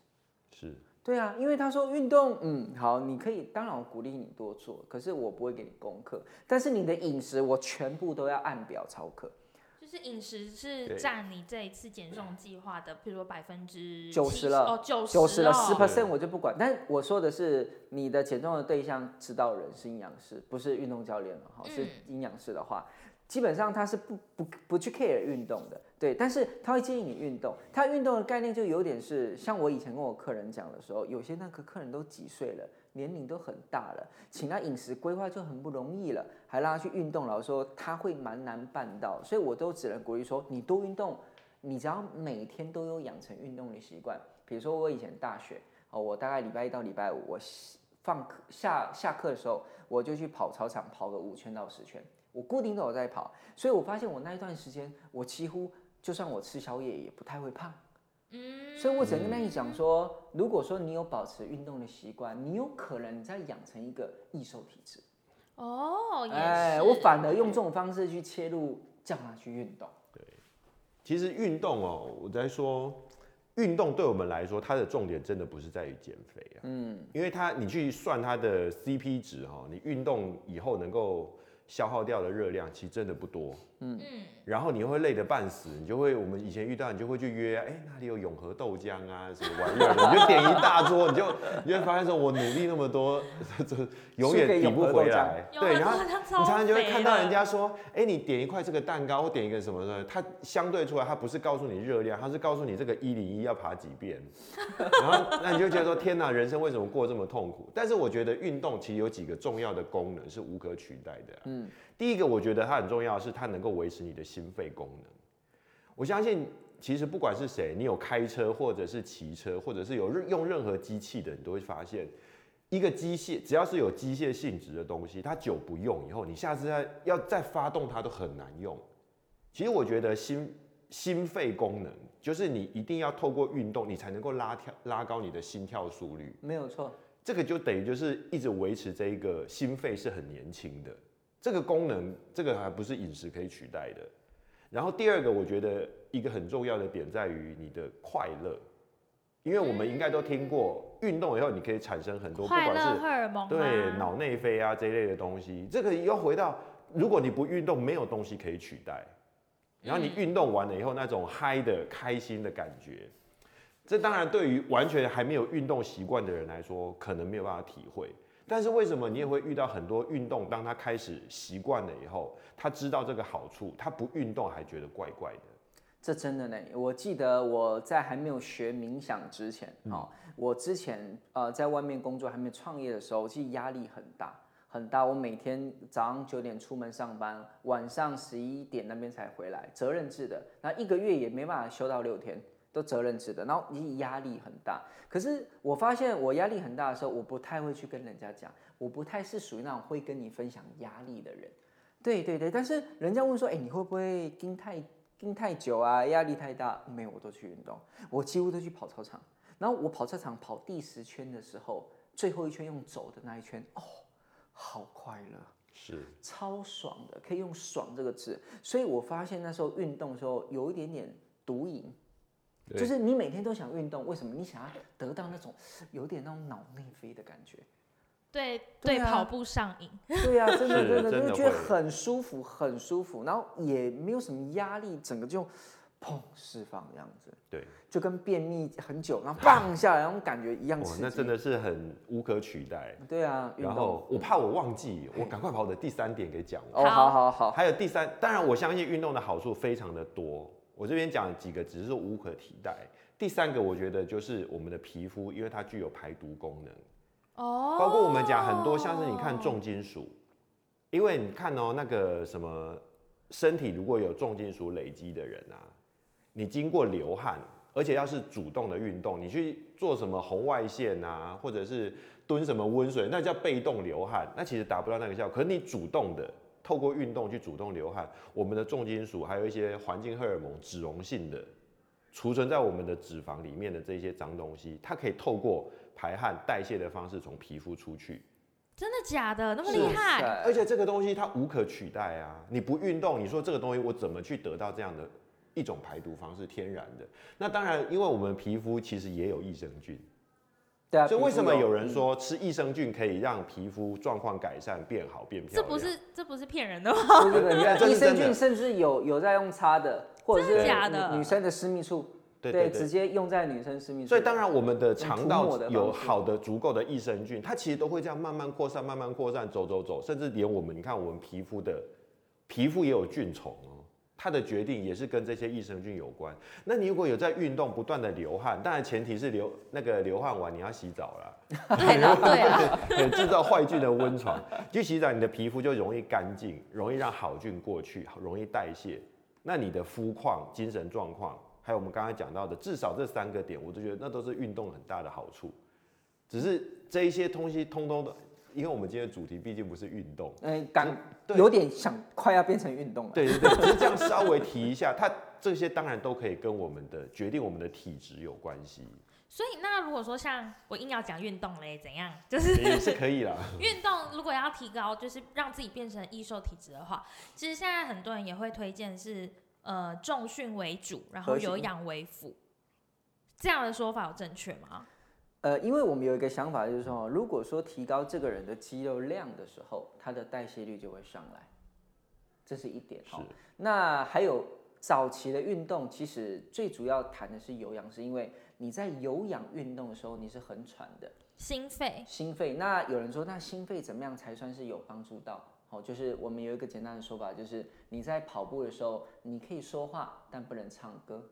是，对啊，因为他说运动，嗯，好，你可以，当然我鼓励你多做，可是我不会给你功课，但是你的饮食我全部都要按表操课，就是饮食是对占你这一次减重计划的，譬如说百分之90了哦，九九十了十哦 percent 我就不管。但我说的是，你的减重的对象指导人是营养师，不是运动教练了哈，嗯是营养师的话。基本上他是不不不去 care 运动的，对，但是他会建议你运动。他运动的概念就有点是，像我以前跟我客人讲的时候，有些那个客人都几岁了，年龄都很大了，请他饮食规划就很不容易了，还让他去运动，老实说他会蛮难办到，所以我都只能鼓励说，你多运动，你只要每天都有养成运动的习惯，比如说我以前大学哦，我大概礼拜一到礼拜五，我下放课下下课的时候，我就去跑操场跑个五圈到十圈，我固定都有在跑，所以我发现我那一段时间，我几乎就算我吃宵夜也不太会胖。嗯，所以我只能跟他一讲说，如果说你有保持运动的习惯，你有可能你在养成一个易瘦体质。哦，也是，哎，我反而用这种方式去切入，叫他去运动。其实运动哦，我在说运动对我们来说，它的重点真的不是在于减肥啊，嗯，因为它你去算它的 CP 值哈、哦，你运动以后能够消耗掉的热量其实真的不多。嗯，然后你会累得半死，你就会我们以前遇到你就会去约啊，哎、哪里有永和豆浆啊什么玩意儿的，你就点一大桌，你就你就会发现说，我努力那么多， [LAUGHS] 这这永远抵不回来。有啊对，很然后多人你超常常就会肥看到的人家说，哎、你点一块这个蛋糕或点一个什么的，它相对出来，它不是告诉你热量，它是告诉你这个一零一要爬几 [LAUGHS] 遍。然后那你就觉得说，天哪，人生为什么过这么痛苦？但是我觉得运动其实有几个重要的功能是无可取代的、嗯嗯，第一个我觉得它很重要的是它能够维持你的心肺功能。我相信其实不管是谁，你有开车或者是骑车，或者是有任用任何机器的，你都会发现。一个机械，只要是有机械性质的东西，它久不用以后，你下次再要再发动它都很难用。其实我觉得心心肺功能，就是你一定要透过运动，你才能够拉跳拉高你的心跳速率。没有错。这个就等于就是一直维持这一个心肺是很年轻的这个功能，这个还不是饮食可以取代的。然后第二个，我觉得一个很重要的点在于你的快乐，因为我们应该都听过，运动以后你可以产生很多，不快管是乐荷尔蒙对啊，脑内啡啊这一类的东西，这个又回到，如果你不运动，没有东西可以取代。然后你运动完了以后，那种嗨的、开心的感觉，这当然对于完全还没有运动习惯的人来说，可能没有办法体会。但是为什么你也会遇到很多运动，当他开始习惯了以后，他知道这个好处，他不运动还觉得怪怪的。这真的呢，我记得我在还没有学冥想之前，哦，我之前呃在外面工作还没创业的时候，其实压力很大很大。我每天早上九点出门上班，晚上十一点那边才回来，责任制的，那一个月也没办法休到六天，都责任制的，然后你压力很大。可是我发现我压力很大的时候，我不太会去跟人家讲，我不太是属于那种会跟你分享压力的人。对对对，但是人家问说，哎，你会不会经太盯太久啊，压力太大，没有我都去运动，我几乎都去跑操场。然后我跑操场跑第十圈的时候，最后一圈用走的那一圈，哦，好快乐。是超爽的，可以用“爽”这个字。所以我发现那时候运动的时候有一点点毒瘾，对就是你每天都想运动，为什么？你想要得到那种有点那种脑内啡的感觉。对对，对啊跑步上瘾， [LAUGHS] 对啊，真的是真的真的就觉得会很舒服，很舒服，然后也没有什么压力，整个就砰释放这样子，对，就跟便秘很久然后棒下来那种感觉一样哇刺激。，那真的是很无可取代。对啊，运然动。后我怕我忘记，我赶快把我的第三点给讲完。哦，好好好，还有第三，当然我相信运动的好处非常的多，我这边讲几个只是说无可替代。第三个我觉得就是我们的皮肤，因为它具有排毒功能，哦，包括我们讲很多像是你看重金属，因为你看哦、那个什么身体如果有重金属累积的人啊，你经过流汗，而且要是主动的运动，你去做什么红外线啊，或者是蹲什么温水，那叫被动流汗，那其实达不到那个效果。可是你主动的透过运动去主动流汗，我们的重金属还有一些环境荷尔蒙脂溶性的。储存在我们的脂肪里面的这些脏东西，它可以透过排汗代谢的方式从皮肤出去，真的假的那么是厉害？在而且这个东西它无可取代啊！你不运动，你说这个东西我怎么去得到这样的一种排毒方式？天然的。那当然，因为我们皮肤其实也有益生菌，对啊，所以为什么皮肤有人 [LAUGHS] 说吃益生菌可以让皮肤状况改善、变好、变漂这亮？不啊是这不是骗人的吗？ [LAUGHS] 不是本 [LAUGHS] 这人，是益生真的菌甚至有有在用擦的，或者真是的假的女女生的私密处，对对直对。接用在女生私密处。所以当然，我们的涂肠抹道嗯的有方式好的、足够的益生菌，它其实都会这样慢慢扩散、慢慢扩散，走走走，甚至连我们你看我们皮肤的皮肤也有菌虫哦，它的决定也是跟这些益生菌有关。那你如果有在运动，不断的流汗，当然前提是流那个流汗完你要洗澡啦，对了对啊了，对，制造坏菌的温床。去洗澡，你的皮肤就容易干净，容易让好菌过去，容易代谢。那你的肤况、精神状况，还有我们刚才讲到的，至少这三个点，我都觉得那都是运动很大的好处。只是这一些东西通通的，因为我们今天的主题毕竟不是运动，嗯，感对有点想快要变成运动了。对对对，只是这样稍微提一下，它这些当然都可以跟我们的决定我们的体质有关系，所以那如果说像我硬要讲运动嘞，怎样？就也是可以 [LAUGHS] 啦。运动如果要提高，就是让自己变成易瘦体质的话，其实现在很多人也会推荐是呃重训为主，然后核心有氧为辅，这样的说法有正确吗？呃，因为我们有一个想法，就是说，如果说提高这个人的肌肉量的时候，他的代谢率就会上来，这是一点是哦。那还有早期的运动，其实最主要谈的是有氧，是因为你在有氧运动的时候，你是很喘的。心肺心肺。那有人说，那心肺怎么样才算是有帮助到？好、就是我们有一个简单的说法，就是你在跑步的时候，你可以说话，但不能唱歌。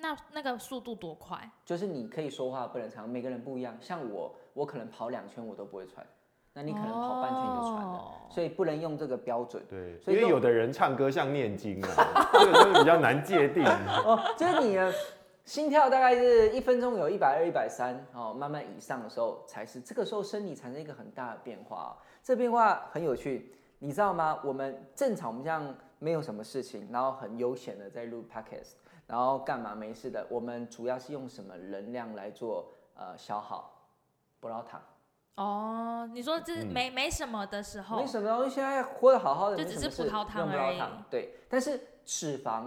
那那个速度多快？就是你可以说话，不能唱。每个人不一样，像我，我可能跑两圈我都不会喘，那你可能跑半圈你就喘了，哦所以不能用这个标准。对，所因以为用有的人唱歌像念经啊，这个就是比较难界定。哦，就是你的心跳大概是一分钟有一百二、一百三，哦，慢慢以上的时候才是，这个时候身体产生一个很大的变化、哦。这变化很有趣，你知道吗？我们正常我们像没有什么事情，然后很悠闲的在录 podcast，然后干嘛没事的，我们主要是用什么能量来做呃消耗？葡萄糖。哦，你说这是嗯没、没什么的时候没，什么东西，现在活得好好的，就没只什么是事葡萄糖用葡萄而已糖对，但是脂肪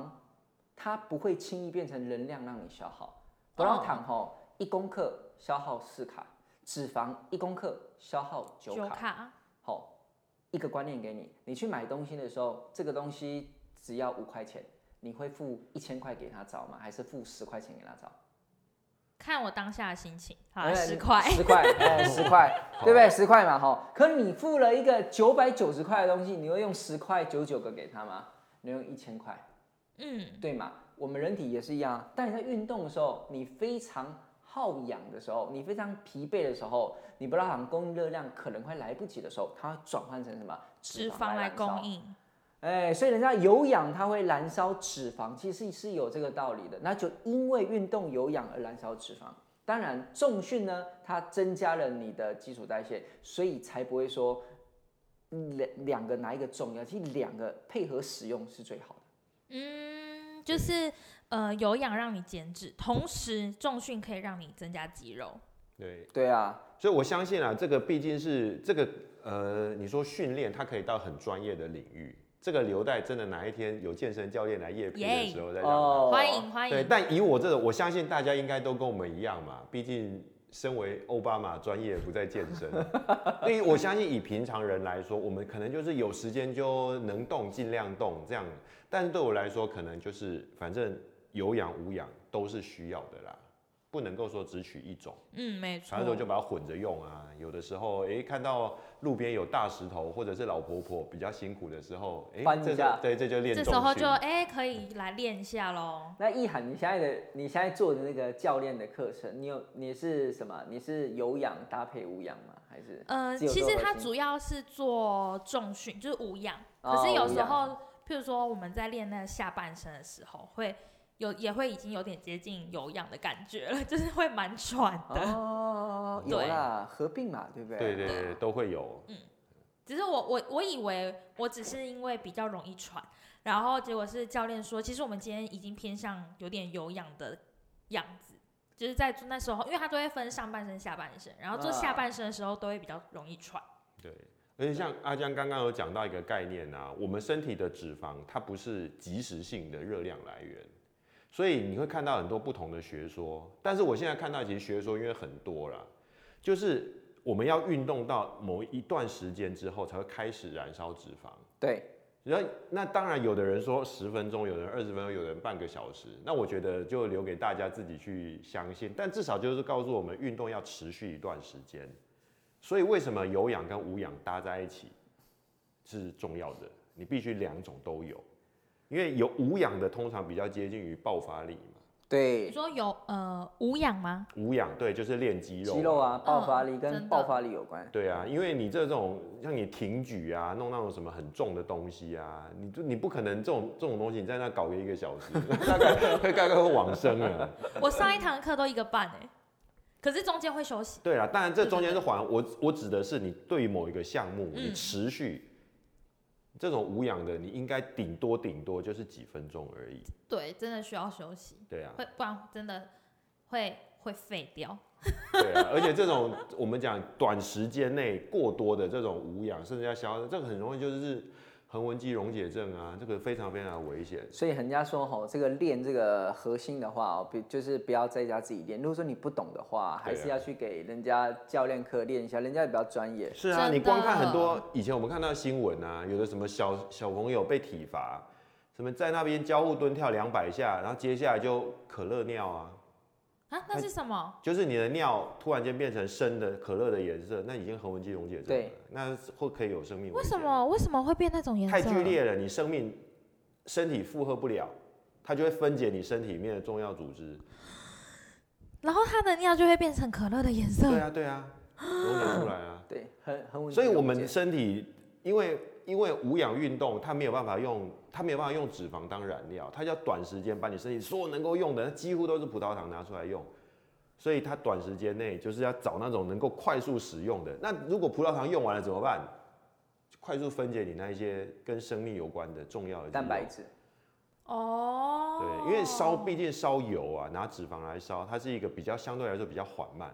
它不会轻易变成能量让你消耗。葡哦萄糖吼、一公克消耗四卡，脂肪一公克消耗九九卡。卡好、一个观念给你，你去买东西的时候，这个东西只要五块钱，你会付一千块给他找吗？还是付十块钱给他找？看我当下的心情，好哎啦，十块，十块， [LAUGHS] 哎，十块，对不对？十块嘛，哈。可你付了一个九百九十块的东西，你会用十块九九个给他吗？你用一千块，嗯，对嘛？我们人体也是一样，当你在运动的时候，你非常耗氧的时候，你非常疲惫的时候，你不萄糖供应热量可能快来不及的时候，它会转换成什么？脂肪来燃烧供应。哎，所以人家有氧它会燃烧脂肪，其实是有这个道理的。那就因为运动有氧而燃烧脂肪。当然，重训呢，它增加了你的基础代谢，所以才不会说嗯两两个哪一个重要。其实两个配合使用是最好的。嗯，就是呃有氧让你减脂，同时重训可以让你增加肌肉。对，对啊，所以我相信啊，这个毕竟是这个呃，你说训练，它可以到很专业的领域。这个留待真的哪一天有健身教练来夜评的时候再让他哦欢迎欢对，迎，但以我这种，我相信大家应该都跟我们一样嘛，毕竟身为奥巴马专业不在健身，对于我相信以平常人来说，我们可能就是有时间就能动尽量动这样，但是对我来说，可能就是反正有氧无氧都是需要的啦，不能够说只取一种。嗯，没错传。说就把它混着用啊。有的时候，哎、看到路边有大石头或者是老婆婆比较辛苦的时候，哎、搬一这下就对，这就练这重时候训就。哎、可以来练一下喽。那意涵，你现在的你现在做的那个教练的课程，你有你是什么？你是有氧搭配无氧吗？还是嗯，只有其做实核它心主要是做重训，就是无氧。哦可是有无时氧候，譬如说我们在练那个下半身的时候，会有也会已经有点接近有氧的感觉了， [LAUGHS] 就是会蛮喘的。哦，有呃对啦，合并嘛，对不对？对对对，都会有。只是我我我以为我只是因为比较容易喘，然后结果是教练说，其实我们今天已经偏向有点有氧的样子，就是在那时候，因为他都会分上半身、下半身，然后做下啊半身的时候都会比较容易喘。对，而且像阿江刚刚有讲到一个概念啊，我们身体的脂肪它不是即时性的热量来源，所以你会看到很多不同的学说。但是我现在看到其实学说因为很多啦，就是我们要运动到某一段时间之后才会开始燃烧脂肪。对然后，那当然，有的人说十分钟，有的人二十分钟，有的人半个小时。那我觉得就留给大家自己去相信，但至少就是告诉我们，运动要持续一段时间。所以，为什么有氧跟无氧搭在一起是重要的？你必须两种都有，因为有无氧的通常比较接近于爆发力嘛，你对，说有呃无氧吗？无氧对就是练肌肉，肌肉啊，爆发力嗯真跟的爆发力有关。对啊，因为你这种像你挺举啊，弄那种什么很重的东西啊，你就你不可能这种这种东西你在那搞个一个小时，大概会大概会往生啊了。我上一堂课都一个半哎、可是中间会休息。对啊，当然这中间是缓，我我指的是你对于某一个项目嗯你持续。这种无氧的，你应该顶多顶多就是几分钟而已，对，真的需要休息，对啊，会不然真的会会废掉。对啊，而且这种我们讲短时间内过多的这种无氧，甚至要消，这个很容易就是横纹肌溶解症啊，这个非常非常危险。所以人家说吼，这个练这个核心的话哦，比就是不要在家自己练。如果说你不懂的话，还是对啊要去给人家教练课练一下，人家也比较专业。是啊，真的你光看很多以前我们看到新闻啊，有的什么小小朋友被体罚，什么在那边交互蹲跳两百下，然后接下来就可乐尿啊，啊，那是什么？就是你的尿突然间变成深的可乐的颜色，那已经横纹肌溶解症了对，那会可以有生命危为险什？么为什么会变那种颜色？太剧烈了，你生命身体负荷不了，它就会分解你身体里面的重要组织。然后它的尿就会变成可乐的颜色。对啊，对啊，溶解出来啊。对，很很稳。所以我们身体因为因为无氧运动，它没有办法用它没有办法用脂肪当燃料，它要短时间把你身体所有能够用的，那几乎都是葡萄糖拿出来用。所以它短时间内就是要找那种能够快速使用的。那如果葡萄糖用完了怎么办？快速分解你那一些跟生命有关的重要的肌肉蛋白质，哦。对，因为烧毕竟烧油啊，拿脂肪来烧，它是一个比较相对来说比较缓慢。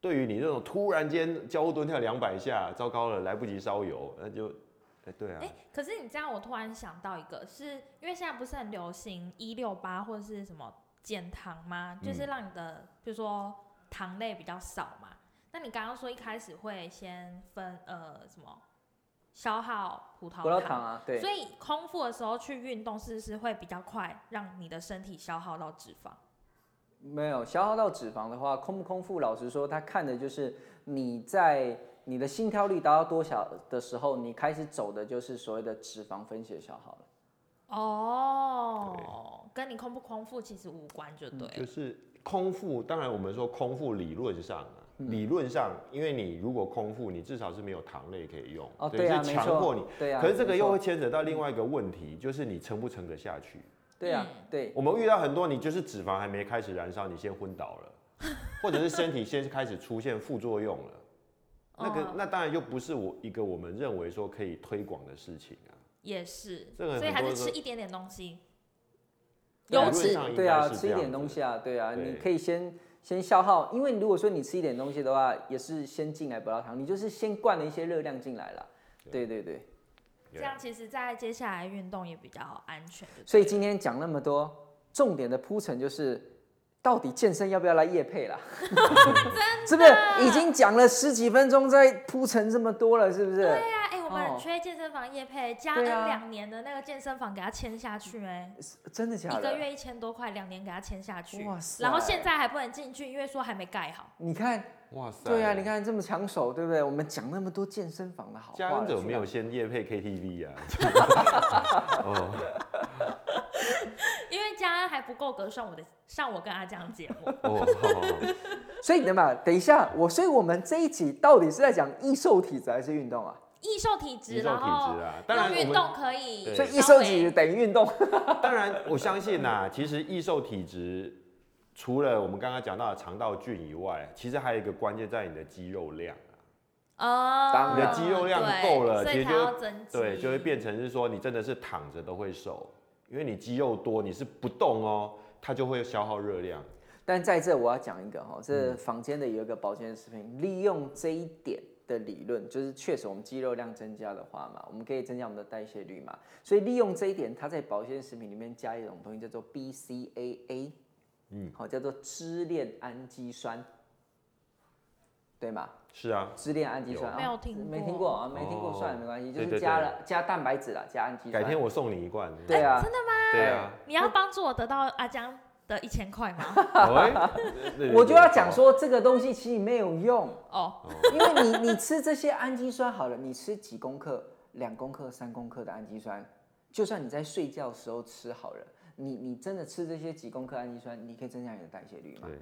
对于你这种突然间交互蹲跳两百下，糟糕了，来不及烧油，那就，哎，对啊哎、，可是你这样，我突然想到一个，是因为现在不是很流行一六八或者是什么减糖吗？就是嗯让你的，比如说糖类比较少嘛。那你刚刚说一开始会先分呃什么消耗葡萄葡萄糖啊，对所，以空腹的时候去运动，是不是会比较快让你的身体消耗到脂肪？没有消耗到脂肪的话，空不空腹，老实说，它看的就是你在你的心跳率达到多少的时候，你开始走的就是所谓的脂肪分解消耗了。哦，跟你空不空腹其实无关，就对嗯就了。是空腹。当然，我们说空腹理论上啊，嗯理论上，因为你如果空腹，你至少是没有糖类可以用，哦，等于对啊，是没强迫错你。，对啊。可是这个没又错会牵扯到另外一个问题，就是你撑不撑得下去。对啊嗯，对，我们遇到很多，你就是脂肪还没开始燃烧，你先昏倒了，或者是身体先开始出现副作用了，那个哦那当然就不是我一个我们认为说可以推广的事情啊。也是，这个所以很还多是人吃一点点东西。对啊油理论脂上应对该啊，吃是一这样点子东西啊，对啊，对你可以先先消耗，因为如果说你吃一点东西的话，也是先进来不到糖，你就是先灌了一些热量进来了。对啊对对，这样其实在接下来运动也比较安全。对不对所以今天讲那么多，重点的铺陈就是，到底健身要不要来夜配 [LAUGHS] 啦？是不是已经讲了十几分钟，在铺陈这么多了，是不是？对啊，哎、我们哦很缺健身房业配，加恩对啊两年的那个健身房给他签下去、哎、真的假的？一个月一千多块，两年给他签下去。哇塞然后现在还不能进去，因为说还没盖好。 [LAUGHS] 你看，哇塞，对啊，你看这么抢手，对不对？我们讲那么多健身房的好话，嘉恩怎么没有？先夜配 KTV 啊？哦因为嘉恩还不够格上我的上我跟阿江节 [LAUGHS] 目，哦，好好 [LAUGHS] 好，所以等嘛，等一下，我所以我们这一集到底是在讲易瘦体质还是运动啊？易瘦体质，肌肉然体后质啊，当然用我运们动可以稍微，对所以易瘦体质等于运动，当然我相信呐、其实易瘦体质除了我们刚刚讲到的肠道菌以外，其实还有一个关键在你的肌肉量啊。哦，你的肌肉量对够了所其以实才就要增肌，对，就会变成是说你真的是躺着都会瘦，因为你肌肉多，你是不动哦，它就会消耗热量。 [LAUGHS] 但在这我要讲一个哈，这房间的有一个保健食品，利用这一点的理论，就是确实我们肌肉量增加的话嘛，我们可以增加我们的代谢率嘛，所以利用这一点，它在保健食品里面加一种东西叫做 BCAA，嗯，好，叫做支链氨基酸，对吗？是啊，支链氨基酸啊，有没有听过没听过啊，没听过哦算了，没关系，就对对是加了加蛋白质啦，加氨基酸。改天我送你一罐。对啊，真的吗？对啊，你要帮助我得到阿江的一千块吗？ [LAUGHS] 喂对我就要讲说这个东西其实没有用，哦，因为你你吃这些氨基酸好了，你吃几公克、两公克、三公克的氨基酸，就算你在睡觉的时候吃好了，你你真的吃这些几公克氨基酸，你可以增加你的代谢率嘛对？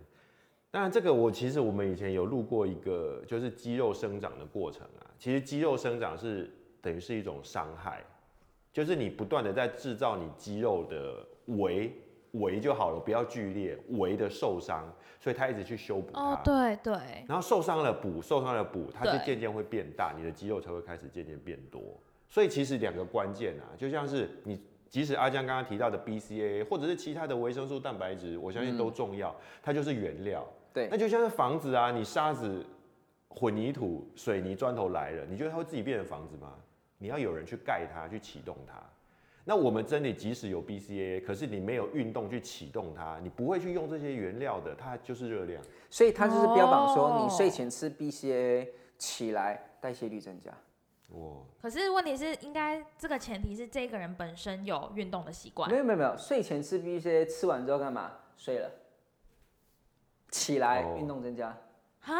当然，这个我其实我们以前有录过一个，就是肌肉生长的过程啊。其实肌肉生长是等于是一种伤害，就是你不断的在制造你肌肉的围围就好了，不要剧烈围的受伤，所以它一直去修补它。哦，对对，然后受伤了补，受伤了补，它就对渐渐会变大，你的肌肉才会开始渐渐变多。所以其实两个关键啊，就像是你，即使阿江刚刚提到的 BCAA，或者是其他的维生素蛋白质，我相信都重嗯要，它就是原料。对那就像是房子啊，你沙子、混凝土、水泥、砖头来了，你觉得它会自己变成房子吗？你要有人去盖它，去启动它。那我们真理即使有 BCAA，可是你没有运动去启动它，你不会去用这些原料的，它就是热量。所以它就是标榜说哦你睡前吃 BCAA，起来代谢率增加。哇，可是问题是，应该这个前提是这个人本身有运动的习惯没。有没有没有，睡前吃 BCA，吃完之后干嘛？睡了，起来哦运动增加。啊？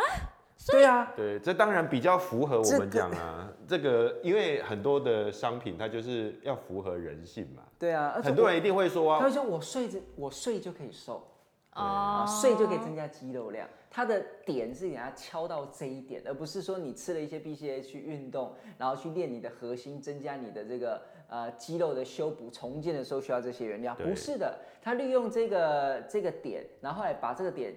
对啊，对，这当然比较符合我这个们讲啊，这个因为很多的商品它就是要符合人性嘛，对啊，而且很多我人一定会说他啊，会说我睡着，我睡就可以瘦啊，哦，睡就可以增加肌肉量。他的点是给他敲到这一点，而不是说你吃了一些 BCA 去运动，然后去练你的核心，增加你的这个呃肌肉的修补重建的时候需要这些原料。对不是的，他利用这个这个点，然后后来把这个点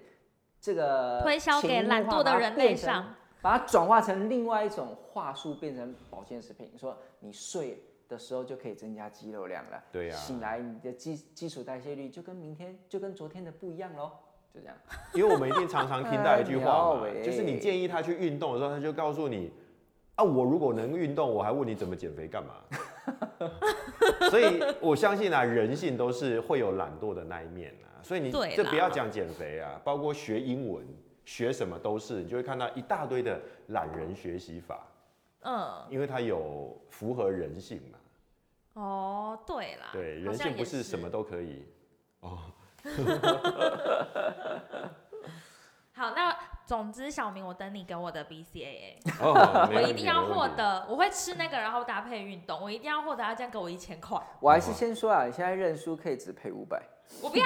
这个推销给潜移默懒惰的化把它人类变成上，把它转化成另外一种话术，变成保健食品。说你睡的时候就可以增加肌肉量了，对啊醒来你的基基础代谢率就跟明天就跟昨天的不一样喽，就这样。因为我们一定常常听到一句话嘛 [LAUGHS] 哎呦，喂就是你建议他去运动的时候，他就告诉你啊，我如果能运动，我还问你怎么减肥 [LAUGHS] 干嘛？所以我相信啊，人性都是会有懒惰的那一面啊，所以你对啦这不要讲减肥啊，包括学英文、学什么都是，你就会看到一大堆的懒人学习法。嗯，因为它有符合人性嘛，哦，对啦，对，好人像也性不是什么。都可以。哦 [LAUGHS] 好，那总之，小明，我等你给我的 BCAA，哦，没我问一题定要没问获题得，我会吃那个，然后搭配运动，我一定要获得，要这样给我一千 [LAUGHS] 块，我还是先说啊，你现在认输可以只赔五百。我不要，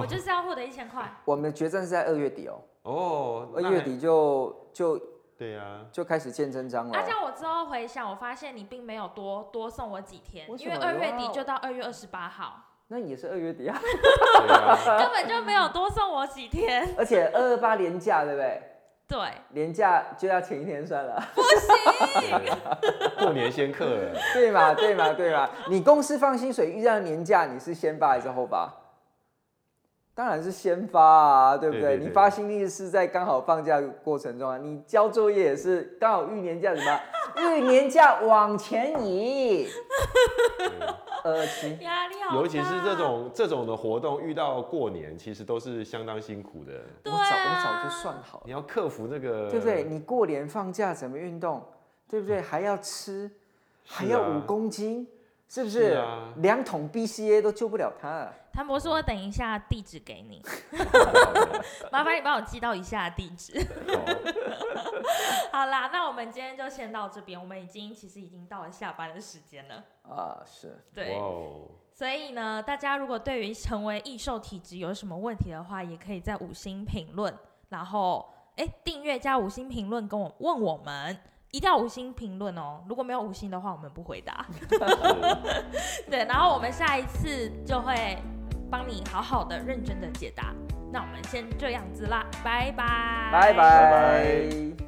我就是要获得一千块。我们的决战是在二月底哦，哦，二那月还底就就对啊，就开始见真章了啊那这。样我之后回想，我发现你并没有多多送我几天，为什因么哦为二月底就到二月二十八 [LAUGHS] 号，那也是二月底啊，对啊，根本就没有多送我几天。 [LAUGHS] 而且二二八连假对不对？对，连假就要前一天算了。对过年先克了，对嘛，对嘛，对嘛。你公司放薪水遇到年假，你是先发还是后发？当然是先发啊，对不对对对你发心力是在刚好放假的过程中啊，你交作业也是刚好预年假什么，啊预年假往前移， [LAUGHS] 呃，其压力好大，尤其是这种这种的活动，遇到过年其实都是相当辛苦的。我对早啊我早就算好了，你要克服那个，对不对？？你过年放假怎么运动？对不对？还要吃，还要是五啊公斤，是不是是啊？两桶 BCA 都救不了他啊。谭博士，我等一下地址给 [LAUGHS] 你，麻烦你帮我寄到以下地址。 [LAUGHS] 好好啦，那我们今天就先到这边，我们已经其实已经到了下班的时间了。啊，是，对，哇 [LAUGHS] 哦所以呢，大家如果对于成为易瘦体质有什么问题的话，也可以在五星评论，然后哎订阅加五星评论跟我问我们，一定要五星评论哦，如果没有五星的话，我们不回答。是对，然后我们下一次就会帮你好好的、认真的解答。那我们先这样子啦，拜拜，拜拜。拜